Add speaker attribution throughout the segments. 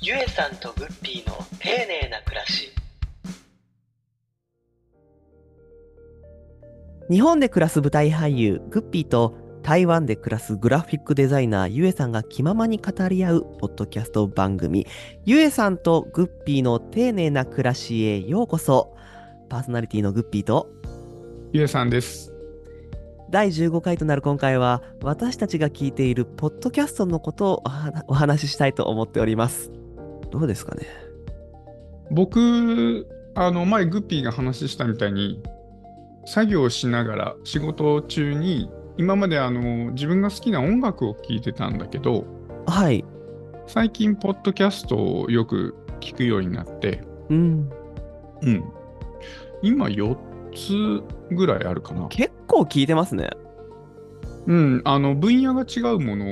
Speaker 1: ゆえさんとグッピーの丁寧な暮らし
Speaker 2: 日本で暮らす舞台俳優グッピーと台湾で暮らすグラフィックデザイナーゆえさんが気ままに語り合うポッドキャスト番組ゆえさんとグッピーの丁寧な暮らしへようこそパーソナリティのグッピーと
Speaker 3: ゆえさんです。
Speaker 2: 第15回となる今回は私たちが聞いているポッドキャストのことをお話お話ししたいと思っておりますどうですかね
Speaker 3: 僕、あの前、グッピーが話したみたいに、作業しながら仕事中に、今まであの自分が好きな音楽を聴いてたんだけど、
Speaker 2: はい
Speaker 3: 最近、ポッドキャストをよく聞くようになって、
Speaker 2: うん
Speaker 3: うん。今、4つぐらいあるかな。
Speaker 2: 結構聞いてますね
Speaker 3: うん、あの分野が違うもの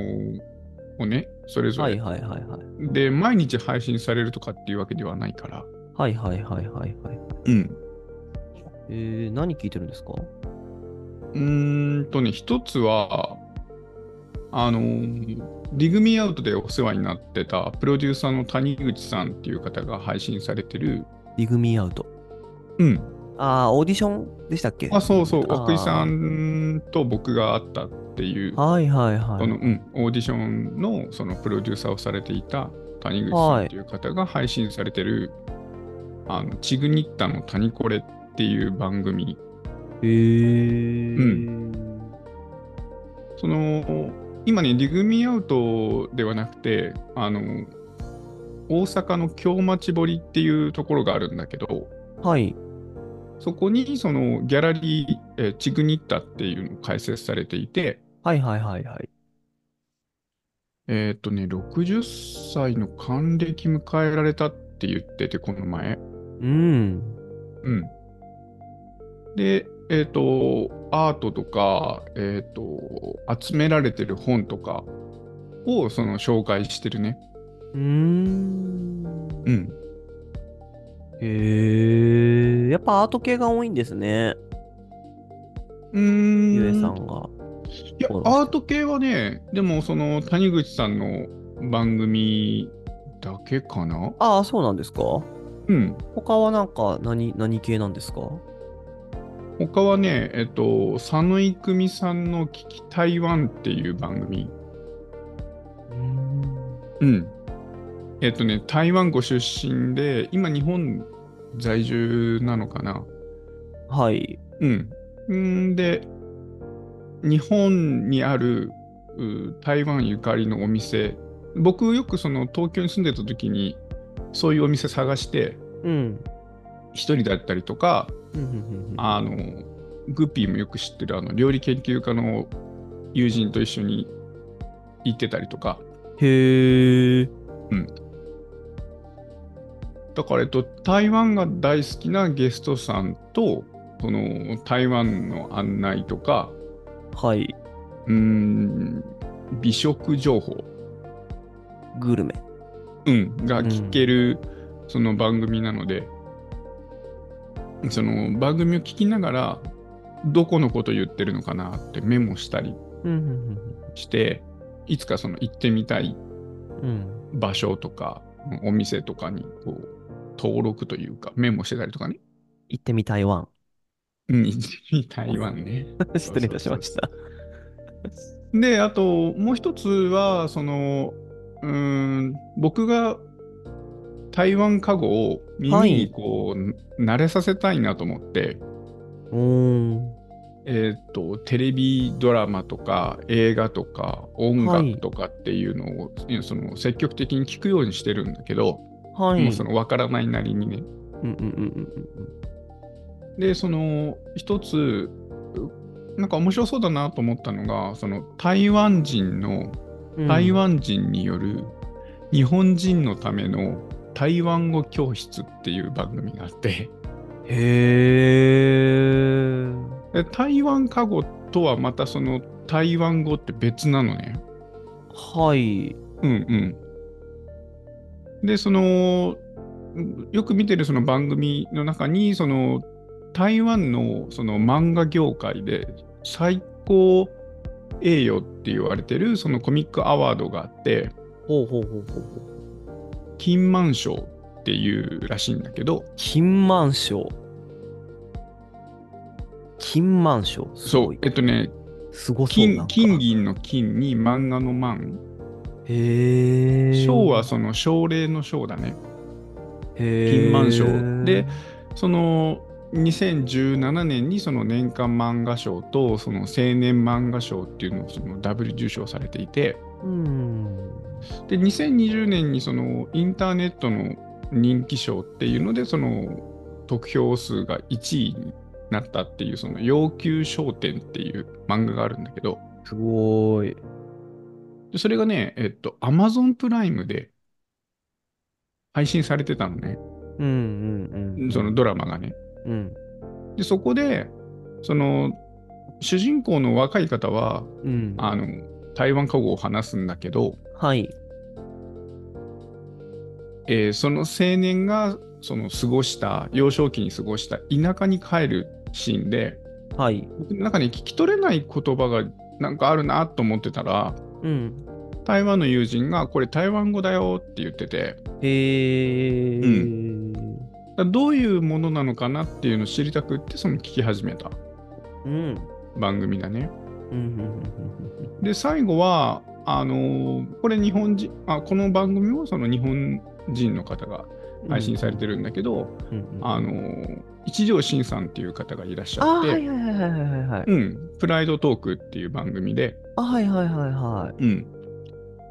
Speaker 3: をね、それぞ
Speaker 2: はい
Speaker 3: れ。
Speaker 2: はいはいはい
Speaker 3: で、毎日配信されるとかっていうわけではないから。
Speaker 2: はいはいはいはいはい
Speaker 3: うん。
Speaker 2: えー、何聞いてるんですか
Speaker 3: うーんとね、一つは、あのー、リグミーアウトでお世話になってたプロデューサーの谷口さんっていう方が配信されてる、
Speaker 2: リグミーアウト
Speaker 3: うん、
Speaker 2: ああ、オーディションでしたっけ
Speaker 3: あ、そうそう、
Speaker 2: あー
Speaker 3: 涌井さんと僕が会ったっていう、
Speaker 2: はいはいは
Speaker 3: その、
Speaker 2: い。
Speaker 3: うん、オーディションのそのプロデューサーをされていた谷口さんっていう方が配信されてる、あのチグニッタの谷コレっていう番組
Speaker 2: へえ。
Speaker 3: その今ね、リグミーアウトではなくて、あの大阪の京町堀っていうところがあるんだけど、
Speaker 2: はい。
Speaker 3: そこにそのギャラリー、えーチグニッタっていうのを開設されていて、
Speaker 2: はいはいはいはい。
Speaker 3: えーっとね、60歳の還暦迎えられたって言ってて、この前。
Speaker 2: うん。
Speaker 3: うん、で、えーっと、アートとか、えーっと、集められてる本とかをその紹介してるね。
Speaker 2: うーん。
Speaker 3: うん
Speaker 2: へえ。やっぱアート系が多いんですね。
Speaker 3: うーん
Speaker 2: ゆえさんが。
Speaker 3: いや
Speaker 2: フォローして
Speaker 3: アート系はねでもその谷口さんの番組だけかな
Speaker 2: ああ、そうなんですか
Speaker 3: うん
Speaker 2: 他はなんか何、何系なんですか
Speaker 3: 他はねえっと佐野郁美さんの「聞き台湾」っていう番組
Speaker 2: うん。
Speaker 3: うんえっとね台湾ご出身で今日本在住なのかな
Speaker 2: はい。
Speaker 3: うん。んで、日本にあるう台湾ゆかりのお店、僕よくその東京に住んでた時に、そういうお店探して、
Speaker 2: うん。
Speaker 3: 一人だったりとか、
Speaker 2: うんうんうん
Speaker 3: あの、グッピーもよく知ってるあの料理研究家の友人と一緒に行ってたりとか、
Speaker 2: へえ。
Speaker 3: だから、えっと、台湾が大好きなゲストさんと、その台湾の案内とか、
Speaker 2: はい。
Speaker 3: うーん、美食情報、
Speaker 2: グルメ。
Speaker 3: うん、が聞ける、その番組なので、その番組を聞きながら、どこのこと言ってるのかなってメモしたり
Speaker 2: うんうん
Speaker 3: して、いつかその行ってみた
Speaker 2: うん
Speaker 3: い
Speaker 2: うん。うん。
Speaker 3: 場所とか、お店とかにこう登録というか、メモしてたりとかね。
Speaker 2: 行ってみ台湾。
Speaker 3: うん、行ってみたいわね。
Speaker 2: 失礼いたしました。
Speaker 3: で、あともう一つは、その、うーん、僕が台湾家語を耳にこう、慣れさせたいなと思って、
Speaker 2: うーん。
Speaker 3: えーっと、テレビドラマとか映画とか音楽とかっていうのを、いやその積極的に聞くようにしてるんだけど、
Speaker 2: はい。
Speaker 3: もうその分からないなりにね。
Speaker 2: うんうんうん
Speaker 3: で、その一つ、なんか面白そうだなと思ったのが、その台湾人の
Speaker 2: うんうん。
Speaker 3: 台湾人による日本人のための台湾語教室っていう番組があって
Speaker 2: へえ。
Speaker 3: で台湾家語とはまたその台湾語って別なのね
Speaker 2: はい。
Speaker 3: うんうんでそのうんよく見てるその番組の中にその台湾のその漫画業界で最高栄誉って言われてるそのコミックアワードがあって
Speaker 2: ほうほうほうほうほう。
Speaker 3: 金満賞っていうらしいんだけど、
Speaker 2: 金満賞。金満賞。す
Speaker 3: そ
Speaker 2: ご
Speaker 3: う
Speaker 2: い、。
Speaker 3: えっとね、
Speaker 2: すごそうなんか
Speaker 3: 金金銀の金に漫画の漫、
Speaker 2: へえ。
Speaker 3: 賞はその奨励の賞だね。
Speaker 2: へー、
Speaker 3: 金満賞でその2017年にその年間漫画賞とその青年漫画賞っていうのをそのダブル受賞されていて
Speaker 2: うん。
Speaker 3: で2020年にそのインターネットの人気賞っていうのでその得票数が1位になったっていうその「要求商店」っていう漫画があるんだけど
Speaker 2: すごい。
Speaker 3: でそれがねえっと Amazon プライムで配信されてたのね
Speaker 2: うんうんうん。
Speaker 3: そのドラマがね
Speaker 2: うん。
Speaker 3: でそこでその主人公の若い方は
Speaker 2: うん。
Speaker 3: あの台湾語を話すんだけど、
Speaker 2: はい。
Speaker 3: えーその青年がその過ごした幼少期に過ごした田舎に帰るシーンで
Speaker 2: はい。
Speaker 3: 僕なんかね聞き取れない言葉がなんかあるなと思ってたら
Speaker 2: うん。
Speaker 3: 台湾の友人が「これ台湾語だよ」って言ってて
Speaker 2: へえ。
Speaker 3: うだからどういうものなのかなっていうのを知りたくってその聞き始めた
Speaker 2: うん。
Speaker 3: 番組だね。
Speaker 2: うんうん
Speaker 3: で最後はあのーこれ日本人あこの番組もその日本人の方が
Speaker 2: うん
Speaker 3: 配信されてるんだけど、
Speaker 2: うんうんうん
Speaker 3: あのー一条新さんっていう方がいらっし
Speaker 2: あ
Speaker 3: ゃ
Speaker 2: ー
Speaker 3: って「
Speaker 2: はいはいはいはいはいはい。
Speaker 3: うん、プライドトーク」っていう番組で、
Speaker 2: あはいはいはいは
Speaker 3: うん、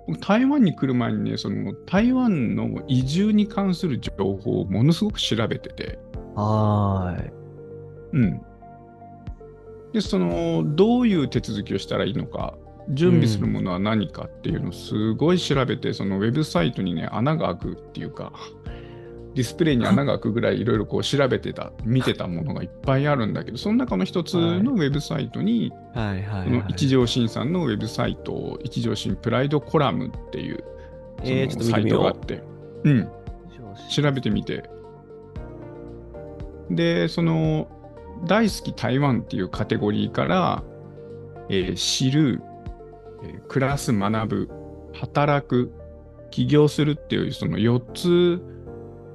Speaker 3: 僕台湾に来る前にねその台湾の移住に関する情報をものすごく調べてて、
Speaker 2: い。はーい。
Speaker 3: うん、でそのどういう手続きをしたらいいのか準備するものは何かっていうのをすごい調べて、そのウェブサイトにね穴が開くっていうかディスプレイに穴が開くぐらいいろいろこう調べてた見てたものがいっぱいあるんだけどその中の一つのウェブサイトに、
Speaker 2: はいはい、
Speaker 3: この一条新さんのウェブサイト一条新プライドコラムっていうそ
Speaker 2: えー、ちょっ
Speaker 3: の
Speaker 2: と見
Speaker 3: サ
Speaker 2: て
Speaker 3: イ
Speaker 2: み
Speaker 3: トがあ
Speaker 2: よ
Speaker 3: って、うん、
Speaker 2: う。
Speaker 3: 調べてみてでその「大好き台湾」っていうカテゴリーから、えー知る、えー暮らす学ぶ働く起業するっていうその4つ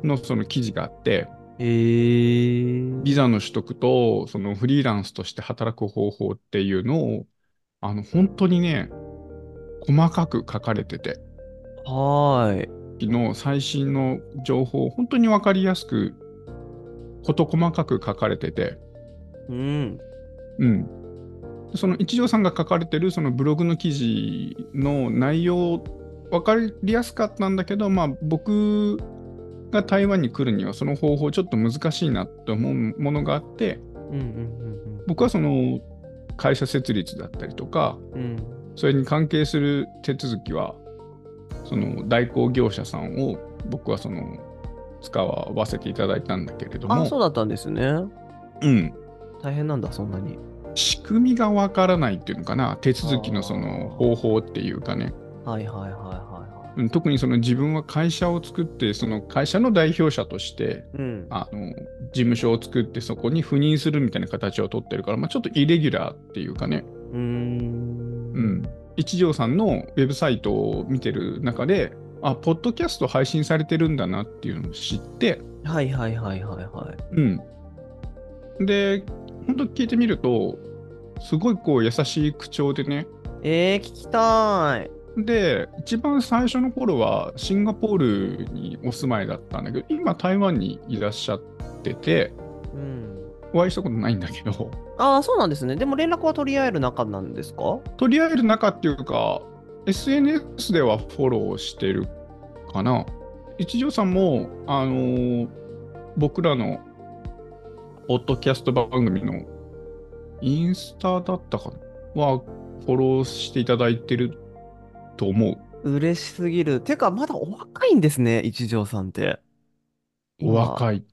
Speaker 3: のその記事があって
Speaker 2: えー。
Speaker 3: ビザの取得とそのフリーランスとして働く方法っていうのをあの本当にね細かく書かれてて
Speaker 2: はーい。
Speaker 3: の最新の情報を本当に分かりやすく事細かく書かれてて、
Speaker 2: うん。
Speaker 3: うん、その一条さんが書かれてるそのブログの記事の内容分かりやすかったんだけど、まあ、僕が台湾に来るにはその方法ちょっと難しいなと思うものがあって
Speaker 2: うんうん
Speaker 3: 僕はその会社設立だったりとか
Speaker 2: うんうん。うん
Speaker 3: それに関係する手続きはその代行業者さんを僕はその使わせていただいたんだけれども
Speaker 2: あ、そうだったんですね。
Speaker 3: うん、
Speaker 2: 大変なんだ、そんなに。
Speaker 3: 仕組みがわからないっていうのかな手続きのその
Speaker 2: あー
Speaker 3: 方法っていうかね
Speaker 2: はいはいはいは
Speaker 3: うん特にその自分は会社を作ってその会社の代表者として
Speaker 2: いはい。うん。
Speaker 3: あの事務所を作ってそこに赴任するみたいな形をとってるから、まあ、ちょっとイレギュラーっていうかね
Speaker 2: うーん。
Speaker 3: うん、一条さんのウェブサイトを見てる中で、あ、ポッドキャスト配信されてるんだなっていうのを知って、
Speaker 2: はいはいはいはいはい。
Speaker 3: うん。で、本当聞いてみると、すごいこう優しい口調でね、
Speaker 2: えー、聞きたい。
Speaker 3: で、一番最初の頃はシンガポールにお住まいだったんだけど、今台湾にいらっしゃってて、
Speaker 2: うん。
Speaker 3: お会いしたことないんだけど、
Speaker 2: ああ、そうなんですね。でも連絡は取り合える仲なんですか
Speaker 3: 取り合える仲っていうか SNS ではフォローしてるかな一条さんもあのー僕らのポッドキャスト番組のインスタだったかなはフォローしていただいてると思う
Speaker 2: 嬉しすぎる。てか、まだお若いんですね、一条さんって。
Speaker 3: お
Speaker 2: い。
Speaker 3: 若い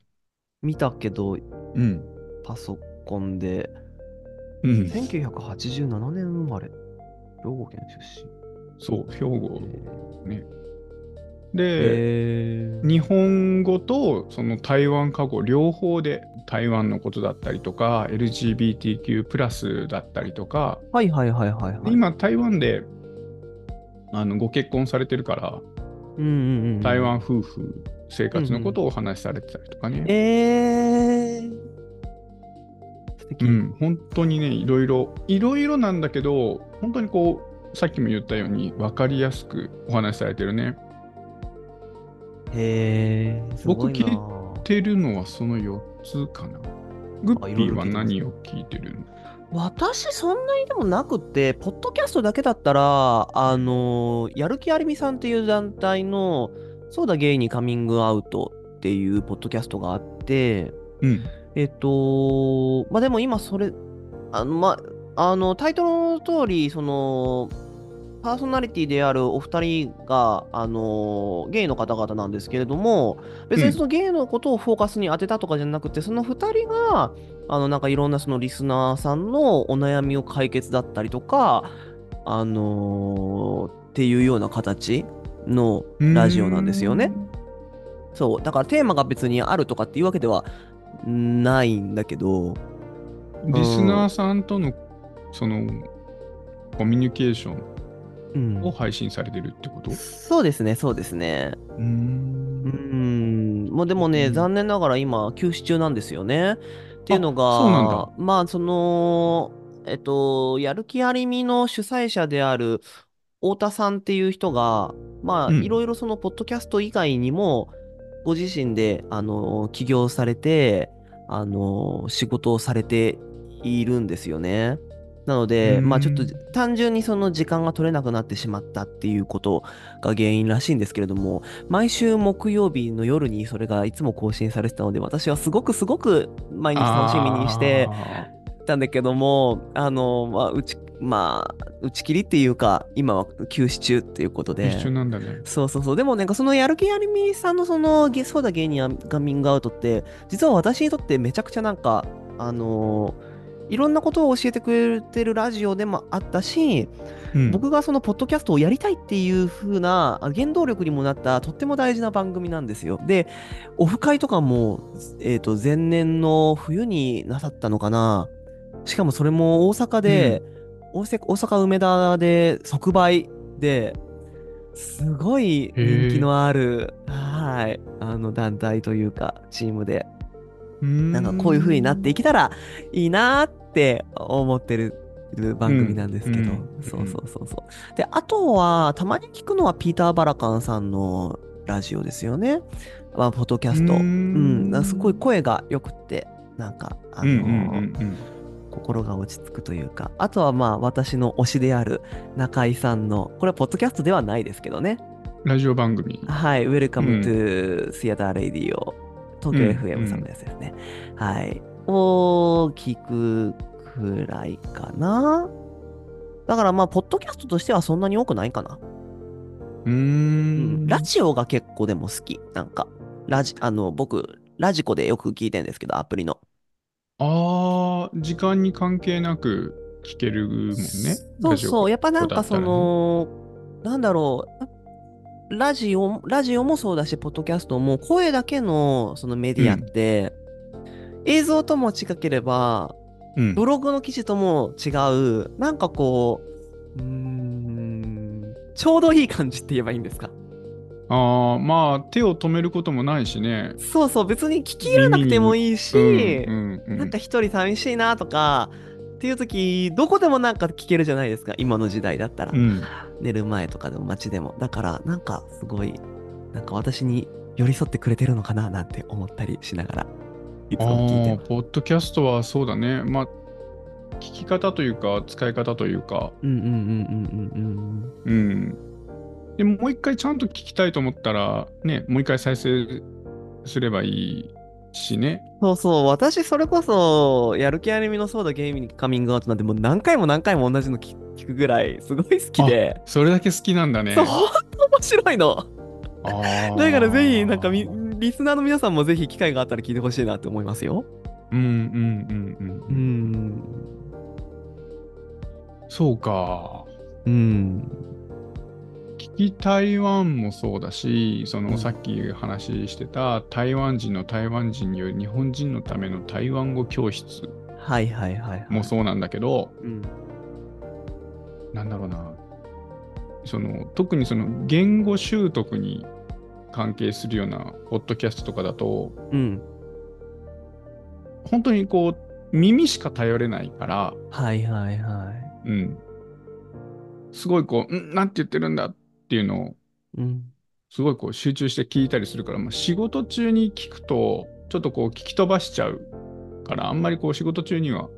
Speaker 2: 見たけど、
Speaker 3: うん
Speaker 2: パソコンで。
Speaker 3: うん
Speaker 2: 1987年生まれ。兵庫県出身。
Speaker 3: そう兵庫
Speaker 2: え
Speaker 3: で、
Speaker 2: ー、
Speaker 3: 日本語とその台湾過去両方で台湾のことだったりとか LGBTQ+ プラスだったりとか
Speaker 2: はいはいはいはい、はい。
Speaker 3: 今台湾であのご結婚されてるから
Speaker 2: うんうんうん、
Speaker 3: 台湾夫婦生活のことをお話しされてたりとかね。
Speaker 2: えー、素敵、
Speaker 3: うん、本当にね、いろいろ、いろいろなんだけど、本当にこう、さっきも言ったように、分かりやすくお話しされてるね。
Speaker 2: えー、すごいな
Speaker 3: 僕てるのはその4つかな。グッピーは何を聞いてるの
Speaker 2: 私そんなにでもなくってポッドキャストだけだったらあのやる気ありみさんっていう団体の「そうだゲイにカミングアウト」っていうポッドキャストがあって
Speaker 3: うん。
Speaker 2: えっとまあでも今それあのまあのタイトルの通りそのパーソナリティであるお二人があのゲイの方々なんですけれども別
Speaker 3: う
Speaker 2: に
Speaker 3: ん
Speaker 2: そのゲイのことをフォーカスに当てたとかじゃなくて、その二人があのなんかいろんなそのリスナーさんのお悩みを解決だったりとかあのっていうような形のラジオなんですよね。そうだからテーマが別にあるとかっていうわけではないんだけど
Speaker 3: うーん。リスナーさんとの、その、コミュニケーション
Speaker 2: うん
Speaker 3: を配信されてるってこと
Speaker 2: そうですねそうですね
Speaker 3: うー。
Speaker 2: うんんもうでもね、
Speaker 3: うん
Speaker 2: 残念ながら今休止中なんですよねっていうの
Speaker 3: あそうなんだ
Speaker 2: がまあそのえっとやる気ありみの主催者である太田さんっていう人がまあ
Speaker 3: うん
Speaker 2: いろいろそのポッドキャスト以外にもご自身であの起業されてあの仕事をされているんですよね。なので、
Speaker 3: うん
Speaker 2: まあちょっと単純にその時間が取れなくなってしまったっていうことが原因らしいんですけれども、毎週木曜日の夜にそれがいつも更新されてたので、私はすごくすごく毎日楽しみにして
Speaker 3: あ
Speaker 2: たんだけども、あの、まあ、打ち、まあ、打ち切りっていうか、今は休止中っていうこと
Speaker 3: ー
Speaker 2: で。
Speaker 3: 一緒なんだね。
Speaker 2: そうそうそう。でもなんかそのやる気ありみさんのそのゲそうだ芸人がミングアウトって、実は私にとってめちゃくちゃなんか、あのーいろんなことを教えてくれてるラジオでもあったし、
Speaker 3: うん、
Speaker 2: 僕がそのポッドキャストをやりたいっていう風なあ原動力にもなったとっても大事な番組なんですよ。で、オフ会とかも、えっ、と、前年の冬になさったのかな。しかもそれも大阪で、大阪大阪梅田で即売で、すごい人気のある、はい、あの団体というか、チームで、な
Speaker 3: なん
Speaker 2: かこういう風になっていけたらいいなーって思ってる番組なんですけど、
Speaker 3: うんうん
Speaker 2: そうそうそうそう。で、あとは、たまに聞くのはピーター・バラカンさんのラジオですよね。まあ、ポッドキャスト。
Speaker 3: うー
Speaker 2: うんん、なんかすごい声が良くって、なんか、あのー
Speaker 3: うんうんうんうん
Speaker 2: 心が落ち着くというか、あとはまあ、私の推しである中井さんの、これはポッドキャストではないですけどね。
Speaker 3: ラジオ番組。
Speaker 2: はい、
Speaker 3: うん
Speaker 2: Welcome to Theater Radio 東京
Speaker 3: うんうん
Speaker 2: FM さんのやつですね。はい。を聞くくらいかな。だからまあ、ポッドキャストとしてはそんなに多くないかな。う
Speaker 3: うー
Speaker 2: ん
Speaker 3: ん。
Speaker 2: ラジオが結構でも好き。なんか、ラジ、あの、僕、ラジコでよく聞いてんですけど、アプリの。
Speaker 3: ああ、時間に関係なく聞けるもんね。
Speaker 2: そ
Speaker 3: ラ
Speaker 2: う
Speaker 3: ジオ
Speaker 2: そう。やっぱなん
Speaker 3: だ
Speaker 2: か
Speaker 3: った
Speaker 2: そ
Speaker 3: らね
Speaker 2: の、なんだろう。ラジオ、ラジオもそうだし、ポッドキャストも、声だけのそのメディアって、映像とも近ければ、
Speaker 3: うん
Speaker 2: ブログの記事とも違う、なんかこう、うーん、ちょうどいい感じって言えばいいんですか。
Speaker 3: ああ、まあ、手を止めることもないしね。
Speaker 2: そうそう、別に聞き入らなくてもいいし、
Speaker 3: うんうんう
Speaker 2: なん
Speaker 3: ん
Speaker 2: か一人寂しいなとか、っていう時、どこでもなんか聞けるじゃないですか、今の時代だったら。
Speaker 3: うん
Speaker 2: 寝る前とかでも街でも。だから、なんかすごい、なんか私に寄り添ってくれてるのかななんて思ったりしながら、いつ
Speaker 3: あ
Speaker 2: も聞いて
Speaker 3: あ
Speaker 2: ます。、
Speaker 3: ポッドキャストはそうだね。まあ、聞き方というか、使い方というか、
Speaker 2: うんうんうんうんうん
Speaker 3: うん。でも、もう一回ちゃんと聞きたいと思ったら、ね、もう一回再生すればいいしね。
Speaker 2: うん。そうそう、私それこそ、やる気ありみのそうだゲームにカミングアウトなんてもう何回も何回も同じの聞聞くぐらい、すごい好きで。
Speaker 3: それだけ好きなんだね。
Speaker 2: そう、ほんと面白いの。
Speaker 3: あー
Speaker 2: だからぜひ、なんかみ、リスナーの皆さんもぜひ機会があったら聞いてほしいなって思いますよ。
Speaker 3: うんうんうん
Speaker 2: う
Speaker 3: うん。
Speaker 2: ん。
Speaker 3: そうか。
Speaker 2: うん。
Speaker 3: 聞き台湾もそうだし、その、
Speaker 2: うん
Speaker 3: さっき話してた台湾人の台湾人による日本人のための台湾語教室
Speaker 2: はいはいはい、はい。
Speaker 3: もそうなんだけど、
Speaker 2: うん。
Speaker 3: なんだろうな。その特にその言語習得に関係するようなポッドキャストとかだと
Speaker 2: うん。
Speaker 3: 本当にこう耳しか頼れないから、
Speaker 2: はいはいはい。
Speaker 3: うん、すごいこう「んなんて言ってるんだ」っていうのを
Speaker 2: うん。
Speaker 3: すごいこう集中して聞いたりするから、まあ、仕事中に聞くとちょっとこう聞き飛ばしちゃうからあんまりこう仕事中には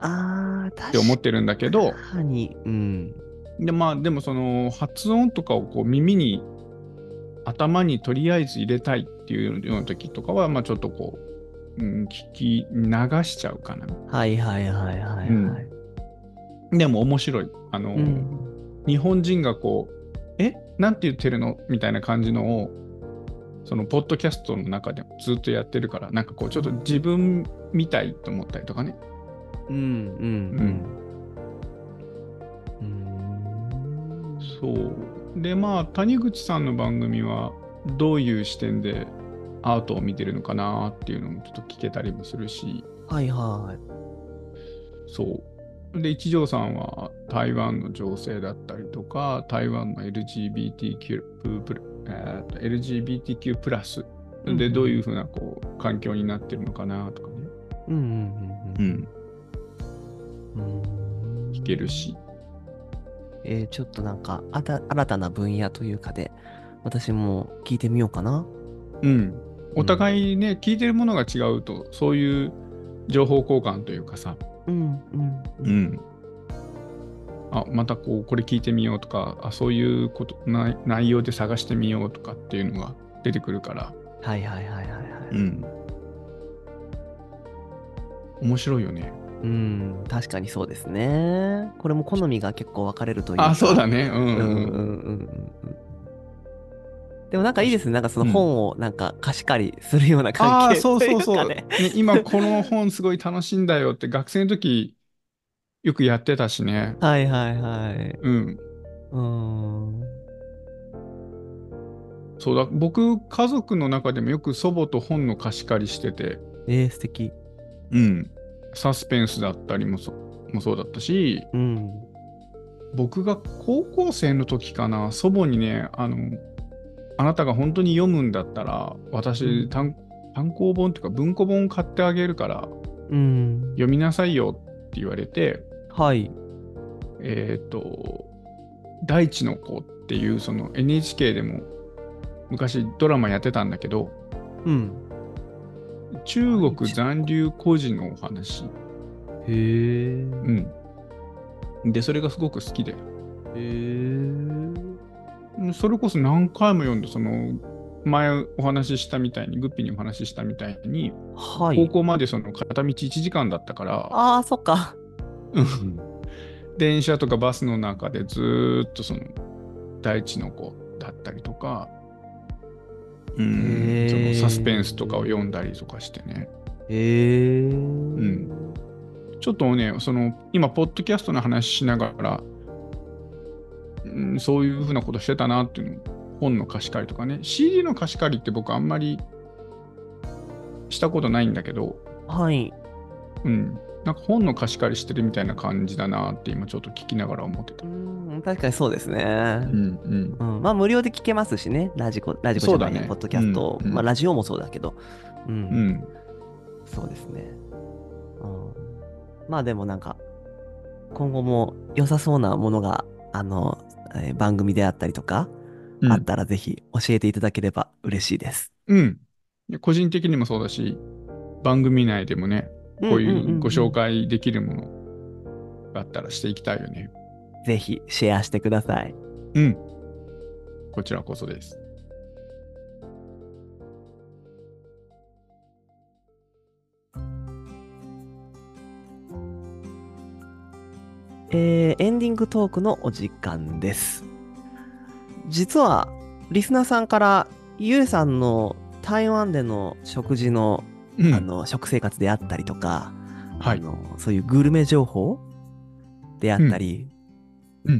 Speaker 2: ああ、確かに。
Speaker 3: って思ってるんだけど
Speaker 2: 確かに。うん。
Speaker 3: で,、まあ、でもその発音とかをこう耳に頭にとりあえず入れたいっていうような時とかは、まあ、ちょっとこう、うん、聞き流しちゃうかな。
Speaker 2: はいはいはいはいはい。
Speaker 3: でも面白い。あの
Speaker 2: うん。
Speaker 3: 日本人がこう「えなんて言ってるの?」みたいな感じのをそのポッドキャストの中でもずっとやってるからなんかこうちょっと自分みたいと思ったりとかね
Speaker 2: うんうんうん。うーん
Speaker 3: そうでまあ谷口さんの番組はどういう視点でアートを見てるのかなっていうのもちょっと聞けたりもするし
Speaker 2: はいはい。
Speaker 3: そうで一条さんは台湾の情勢だったりとか台湾の LGBTQ, プえーと LGBTQ プラスでどういうふうなこう環境になってるのかなとかね、
Speaker 2: うんうんうんうん。
Speaker 3: 聞ける。し、
Speaker 2: えー、ちょっとなんかあた新たな分野というかで、私も聞いてみようかな。
Speaker 3: うん、お互いね、聞いてるものが違うとそういう情報交換というかさ、
Speaker 2: うんうんう。
Speaker 3: うんん、あまたこうこれ聞いてみようとかあそういうこと内内容で探してみようとかっていうのが出てくるから、
Speaker 2: はいはいはいはいはい。
Speaker 3: ん、面白いよね。
Speaker 2: うん、確かにそうですね。これも好みが結構分かれるというか。
Speaker 3: あそうだねう
Speaker 2: うんんうんうん
Speaker 3: うん、
Speaker 2: うんうん。でもなんかいいですね。なんかその
Speaker 3: うん
Speaker 2: 本をなんか貸し借りするような
Speaker 3: あ
Speaker 2: 関
Speaker 3: あ
Speaker 2: 係
Speaker 3: そう
Speaker 2: とい
Speaker 3: そううそう、
Speaker 2: か
Speaker 3: ね
Speaker 2: ね。、
Speaker 3: 今この本すごい楽しいんだよって学生の時よくやってたしね
Speaker 2: はいはいはい。
Speaker 3: うん
Speaker 2: うーん。
Speaker 3: そうだ僕家族の中でもよく祖母と本の貸し借りしてて
Speaker 2: えー、素敵。
Speaker 3: うんサスペンスだったりもそもそうだったし
Speaker 2: うん。
Speaker 3: 僕が高校生の時かな祖母にねあのあなたが本当に読むんだったら
Speaker 2: う
Speaker 3: 私
Speaker 2: ん
Speaker 3: 単単行本というか文庫本買ってあげるから
Speaker 2: うん。
Speaker 3: 読みなさいよって言われて
Speaker 2: はい。
Speaker 3: えっ、と「大地の子」っていうその NHK でも昔ドラマやってたんだけど
Speaker 2: うん。
Speaker 3: 中国残留孤児のお話、
Speaker 2: へえ。
Speaker 3: うん、でそれがすごく好きで
Speaker 2: へえ。
Speaker 3: うんそれこそ何回も読んでその前お話ししたみたいにグッピーにお話ししたみたいに
Speaker 2: は
Speaker 3: 高
Speaker 2: い。
Speaker 3: 校までその片道1時間だったから、
Speaker 2: ああ、そっか。
Speaker 3: うん電車とかバスの中でずーっとその大地の子だったりとか、うん
Speaker 2: へ、ー
Speaker 3: そのサスペンスとかを読んだりとかしてね。
Speaker 2: へえ。うん
Speaker 3: ちょっとねその今ポッドキャストの話しながら、うん、そういうふうなことしてたなっていうの本の貸し借りとかね CD の貸し借りって僕あんまりしたことないんだけど、
Speaker 2: はい。
Speaker 3: うん、なんか本の貸し借りしてるみたいな感じだなって今ちょっと聞きながら思ってた
Speaker 2: う。ん、確かにそうです
Speaker 3: う
Speaker 2: ね。
Speaker 3: んうん
Speaker 2: うん、まあ無料で聞けますしね、ラジコ、ラジコじゃない
Speaker 3: そうだ
Speaker 2: ね、
Speaker 3: ね
Speaker 2: ポッドキャスト、
Speaker 3: うんうん
Speaker 2: まあラジオもそうだけど、うん、
Speaker 3: うん、
Speaker 2: そうですね。うん、まあでもなんか、今後も良さそうなものが、あの、えー番組であったりとか、
Speaker 3: うん
Speaker 2: あったらぜひ教えていただければ嬉しいです。
Speaker 3: うん。個人的にもそうだし、番組内でもね、こういうご紹
Speaker 2: 介。
Speaker 3: 介できるものがあったらしていきたいよね。
Speaker 2: ぜひシェアしてください。
Speaker 3: うん。こちらこそです。
Speaker 2: えーエンディングトークのお時間です。実は、リスナーさんから、ゆうさんの台湾での食事の
Speaker 3: う
Speaker 2: あ
Speaker 3: ん。
Speaker 2: の食生活であったりとか、
Speaker 3: はい
Speaker 2: あのそういうグルメ情報であったり、
Speaker 3: うんうん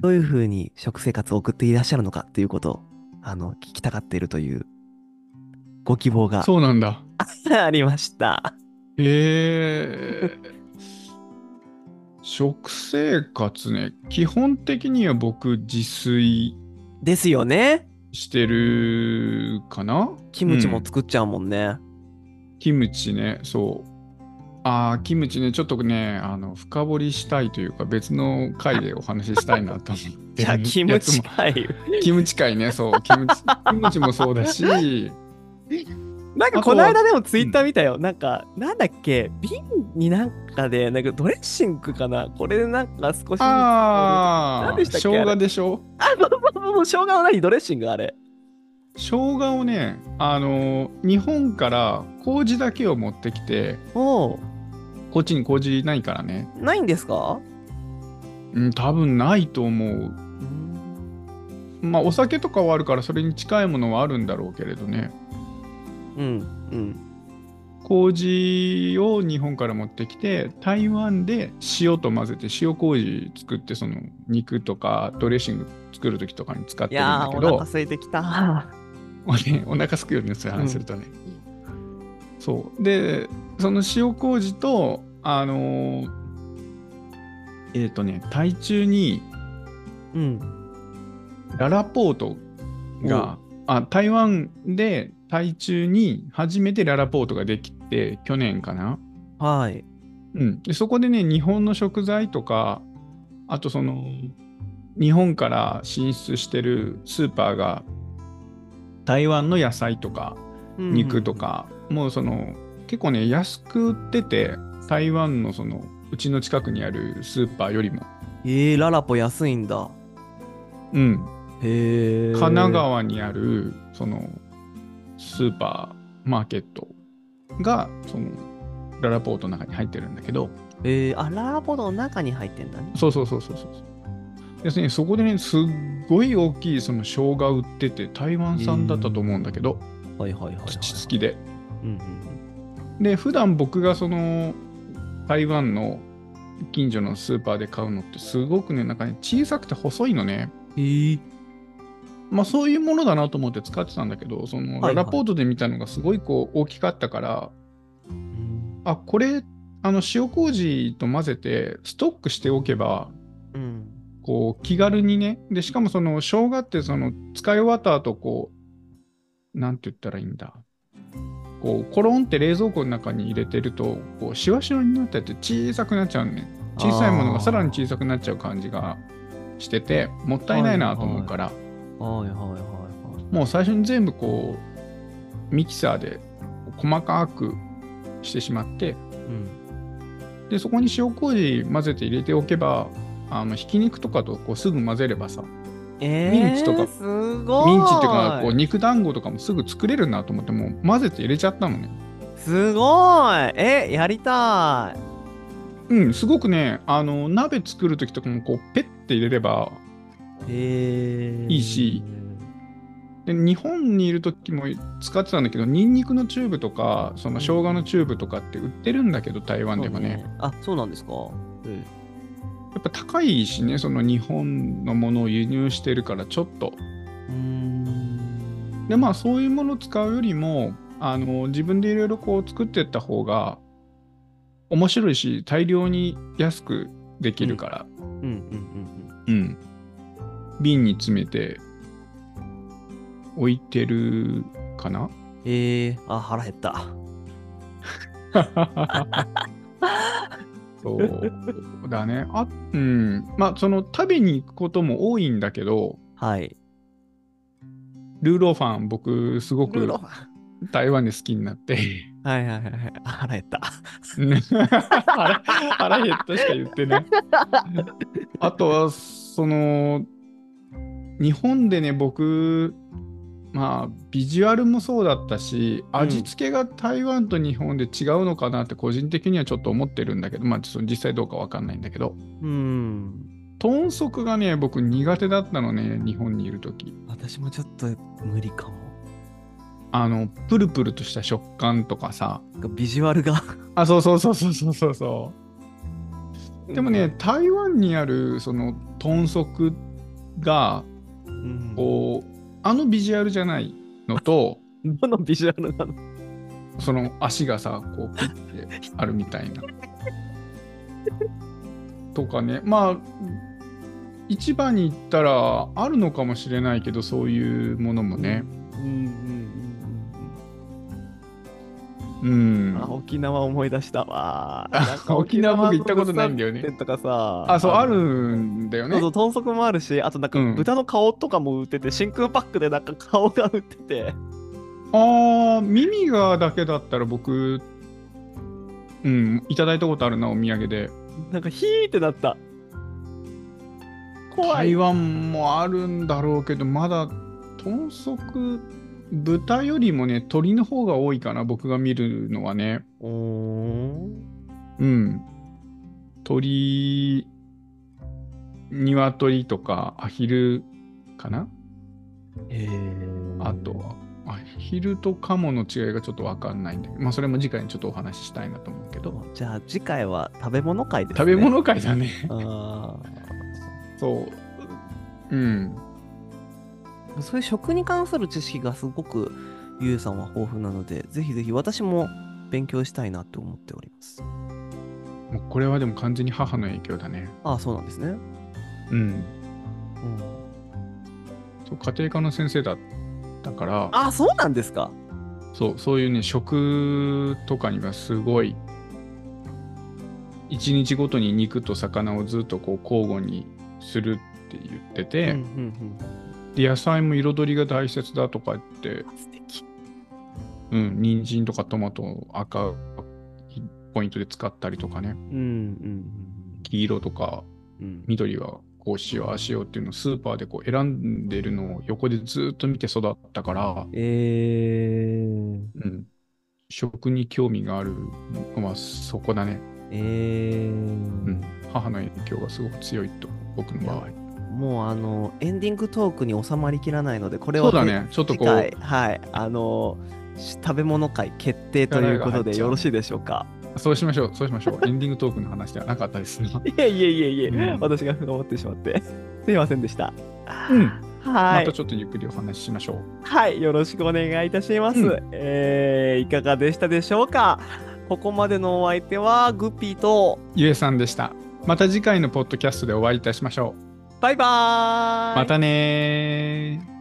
Speaker 2: どういうふうに食生活を送っていらっしゃるのかっていうことをあの聞きたがっているというご希望が
Speaker 3: そうなんだ。
Speaker 2: ありました。
Speaker 3: へえ。食生活ね、基本的には僕、自炊
Speaker 2: ですよね。
Speaker 3: してるかな
Speaker 2: キムチ
Speaker 3: う
Speaker 2: も
Speaker 3: ん
Speaker 2: 作っちゃうもんね。
Speaker 3: キムチね、そう。ああ、キムチね、ちょっとね、あの深掘りしたいというか、別の回でお話ししたいなと思ってる
Speaker 2: じゃあ、キムチ
Speaker 3: やつも
Speaker 2: はい。
Speaker 3: キムチ回ね、そう、キムチキムチもそうだ し、
Speaker 2: なんか
Speaker 3: あと
Speaker 2: この間でもツイッター見たよ。なんか、なんだっけ、瓶になんかで、なんかドレッシングかなこれでなんか少しずつ。
Speaker 3: あ
Speaker 2: 何
Speaker 3: あ、
Speaker 2: でしたっ
Speaker 3: 生
Speaker 2: けあれ
Speaker 3: 姜でしょ
Speaker 2: あ、そうそうそうそう、生姜の何ドレッシングあれ。
Speaker 3: 生姜をね、あのー日本から麹だけを持ってきて、
Speaker 2: おう
Speaker 3: こっちに麹ないからね、
Speaker 2: ないんですか
Speaker 3: うん、多分ないと思う。
Speaker 2: うん
Speaker 3: まあ、お酒とかはあるから、それに近いものはあるんだろうけれどね、
Speaker 2: うん。
Speaker 3: 麹を日本から持ってきて、台湾で塩と混ぜて、塩麹作って、その肉とかドレッシング作るときとかに使っ
Speaker 2: い
Speaker 3: てるん
Speaker 2: や
Speaker 3: だ
Speaker 2: ー、
Speaker 3: け
Speaker 2: お
Speaker 3: ど
Speaker 2: 腹。空いてきた。
Speaker 3: おね お腹すくよねそういう話するとね、そうでその塩麹とあのーえっ、とね台中に
Speaker 2: うん。
Speaker 3: ララポートがあ台湾で台中に初めてララポートができて去年かな、
Speaker 2: はい。
Speaker 3: うん、でそこでね日本の食材とかあとその日本から進出してるスーパーが台湾の野菜とか
Speaker 2: うん
Speaker 3: 肉と。か、もうその結構ね安く売ってて台湾のそのうちの近くにあるスーパーよりも、
Speaker 2: えー、ララポ安いんだ。
Speaker 3: うん、
Speaker 2: へえ。
Speaker 3: 神奈。川にあるそのスーパーマーケットがそのララポートの中に入ってるんだけど
Speaker 2: えー、あ、ララポの中に入ってんだね。
Speaker 3: そうそうそうそうそう要するにそこでねすっごい大きいその生姜売ってて台湾産だったと思うんだけど
Speaker 2: はいはいはい、はい。
Speaker 3: 土付きで
Speaker 2: うんうん
Speaker 3: で普段僕がその台湾の近所のスーパーで買うのってすごくねなんかね小さくて細いのね
Speaker 2: うん。えー、
Speaker 3: まあそういうものだなと思って使ってたんだけどその
Speaker 2: はいはい
Speaker 3: ララポートで見たのがすごいこう大きかったから、
Speaker 2: うん
Speaker 3: あこれあの塩麹と混ぜてストックしておけば
Speaker 2: うん。
Speaker 3: こう気軽にねでしかもその生姜ってその使い終わった後こうなんて言ったらいいんだこうコロンって冷蔵庫の中に入れてるとこうシワシワになってて小さくなっちゃうね小さいものがさらに小さくなっちゃう感じがしててもったいないなと思うから、
Speaker 2: はいはいはいはい。
Speaker 3: もう最初に全部こうミキサーで細かくしてしまって
Speaker 2: うん。
Speaker 3: でそこに塩麹混ぜて入れておけばあのひき肉とかとこうすぐ混ぜればさ
Speaker 2: えー、
Speaker 3: ミンチとか
Speaker 2: すごい。
Speaker 3: ミンチっていうかこう肉団子とかもすぐ作れるなと思ってもう混ぜて入れちゃったのね
Speaker 2: すごいえ、やりたい。
Speaker 3: うんすごくねあの鍋作る時とかもこうペッて入れれば
Speaker 2: えー、
Speaker 3: いいしで日本にいる時も使ってたんだけどニンニクのチューブとかその生姜のチューブとかって売ってるんだけど台
Speaker 2: な
Speaker 3: 湾でもね。
Speaker 2: あ、そうなんですか。うん
Speaker 3: やっぱ高いしねその日本のものを輸入してるからちょっと
Speaker 2: うーん。
Speaker 3: でまあそういうものを使うよりもあの自分でいろいろこう作ってった方が面白いし大量に安くできるから、
Speaker 2: うんうんうん
Speaker 3: うん、瓶に詰めて置いてるかな
Speaker 2: うん。えー、あ、腹減った。
Speaker 3: そうだねあうんまあその食べに行くことも多いんだけど
Speaker 2: はい。
Speaker 3: ルーローファン僕すご
Speaker 2: ルー
Speaker 3: く
Speaker 2: ロー は
Speaker 3: 台湾で好きになって
Speaker 2: いはいはいはい。あ腹減った。
Speaker 3: ね 腹腹減ったしか言ってないあとはその日本でね僕まあビジュアルもそうだったし
Speaker 2: うん
Speaker 3: 味付けが台湾と日本で違うのかなって個人的にはちょっと思ってるんだけどまあちょっと実際どうかわかんないんだけど
Speaker 2: うーん。
Speaker 3: 豚足がね僕苦手だったのね日本にいる時
Speaker 2: 私もちょっと無理かも。
Speaker 3: あのプルプルとした食感とかさ
Speaker 2: なんかビジュアルが。
Speaker 3: あそうそうそうそうそうそうそうでもね、台湾にあるその豚足が
Speaker 2: うん、
Speaker 3: こうあのビジュアルじゃないのと
Speaker 2: どのビジュアルなの
Speaker 3: その足がさこうピッてあるみたいなとかねまあ市場に行ったらあるのかもしれないけどそういうものもね
Speaker 2: うんうんう
Speaker 3: う
Speaker 2: ん
Speaker 3: ん
Speaker 2: あ沖縄思い出したわ
Speaker 3: あ
Speaker 2: なんか
Speaker 3: 沖縄僕行ったことないんだよね
Speaker 2: 物産展とかさ
Speaker 3: あそうあ
Speaker 2: の
Speaker 3: るんだよ
Speaker 2: そう
Speaker 3: ね
Speaker 2: そう豚足もあるしあとなんか
Speaker 3: うん
Speaker 2: 豚の顔とかも売ってて、真空パックでなんか顔が売ってて
Speaker 3: ああ耳がだけだったら僕うんいただいたことあるなお土産で
Speaker 2: なんかヒーってなった怖い
Speaker 3: 台湾もあるんだろうけどまだ豚足豚よりもね鳥の方が多いかな僕が見るのはね
Speaker 2: うーん
Speaker 3: うん鳥鶏とかアヒルかな
Speaker 2: へ
Speaker 3: あとはアヒルとカモの違いがちょっと分かんないんだけどまあそれも次回にちょっとお話ししたいなと思うけど
Speaker 2: じゃあ次回は食べ物会ですね
Speaker 3: 食べ物界だね
Speaker 2: あ
Speaker 3: そううん
Speaker 2: ーそういう食に関する知識がすごくゆうさんは豊富なのでぜひぜひ私も勉強したいなって思っております
Speaker 3: もうこれはでも完全に母の影響だね
Speaker 2: ああそうなんですね
Speaker 3: うん
Speaker 2: うん
Speaker 3: そう家庭科の先生だったから
Speaker 2: ああそうなんですか
Speaker 3: そうそういうね食とかにはすごい1日ごとに肉と魚をずっとこう交互にするって
Speaker 2: う
Speaker 3: 言って
Speaker 2: ん
Speaker 3: て、
Speaker 2: うんうん
Speaker 3: で野菜も彩りが大切だとかって
Speaker 2: 素敵
Speaker 3: うん人参とかトマトを赤ポイントで使ったりとか
Speaker 2: う
Speaker 3: ね
Speaker 2: んうん
Speaker 3: 黄色とか
Speaker 2: うんうん
Speaker 3: 緑はこうしようああしようっていうのをスーパーでこう選んでるのを横でずっと見て育ったから、
Speaker 2: えー、
Speaker 3: うん、食に興味があるのはそこだね
Speaker 2: えー
Speaker 3: うん、母の影響がすごく強いと僕の場合
Speaker 2: もうあのエンディングトークに収まりきらないのでこれ
Speaker 3: そ
Speaker 2: は
Speaker 3: うだねちょっと
Speaker 2: 次
Speaker 3: こう
Speaker 2: 回はいあのし食べ物会決定ということでよろしいでしょうか
Speaker 3: そうしましょうそうしま しょうエンディングトークの話ではなかったです ね、
Speaker 2: いえいえいえいえ、
Speaker 3: うん
Speaker 2: 私が思ってしまって すいませんでした
Speaker 3: うん、
Speaker 2: は
Speaker 3: ま
Speaker 2: い
Speaker 3: た、ちょっとゆっくりお話ししましょう
Speaker 2: はいよろしくお願いいたします、
Speaker 3: う
Speaker 2: えーいかがでしたでしょうかここまでのお相手はグッピーと
Speaker 3: ゆえさんでしたまた次回のポッドキャストでお会いいたしましょう
Speaker 2: バイバーイ
Speaker 3: またねー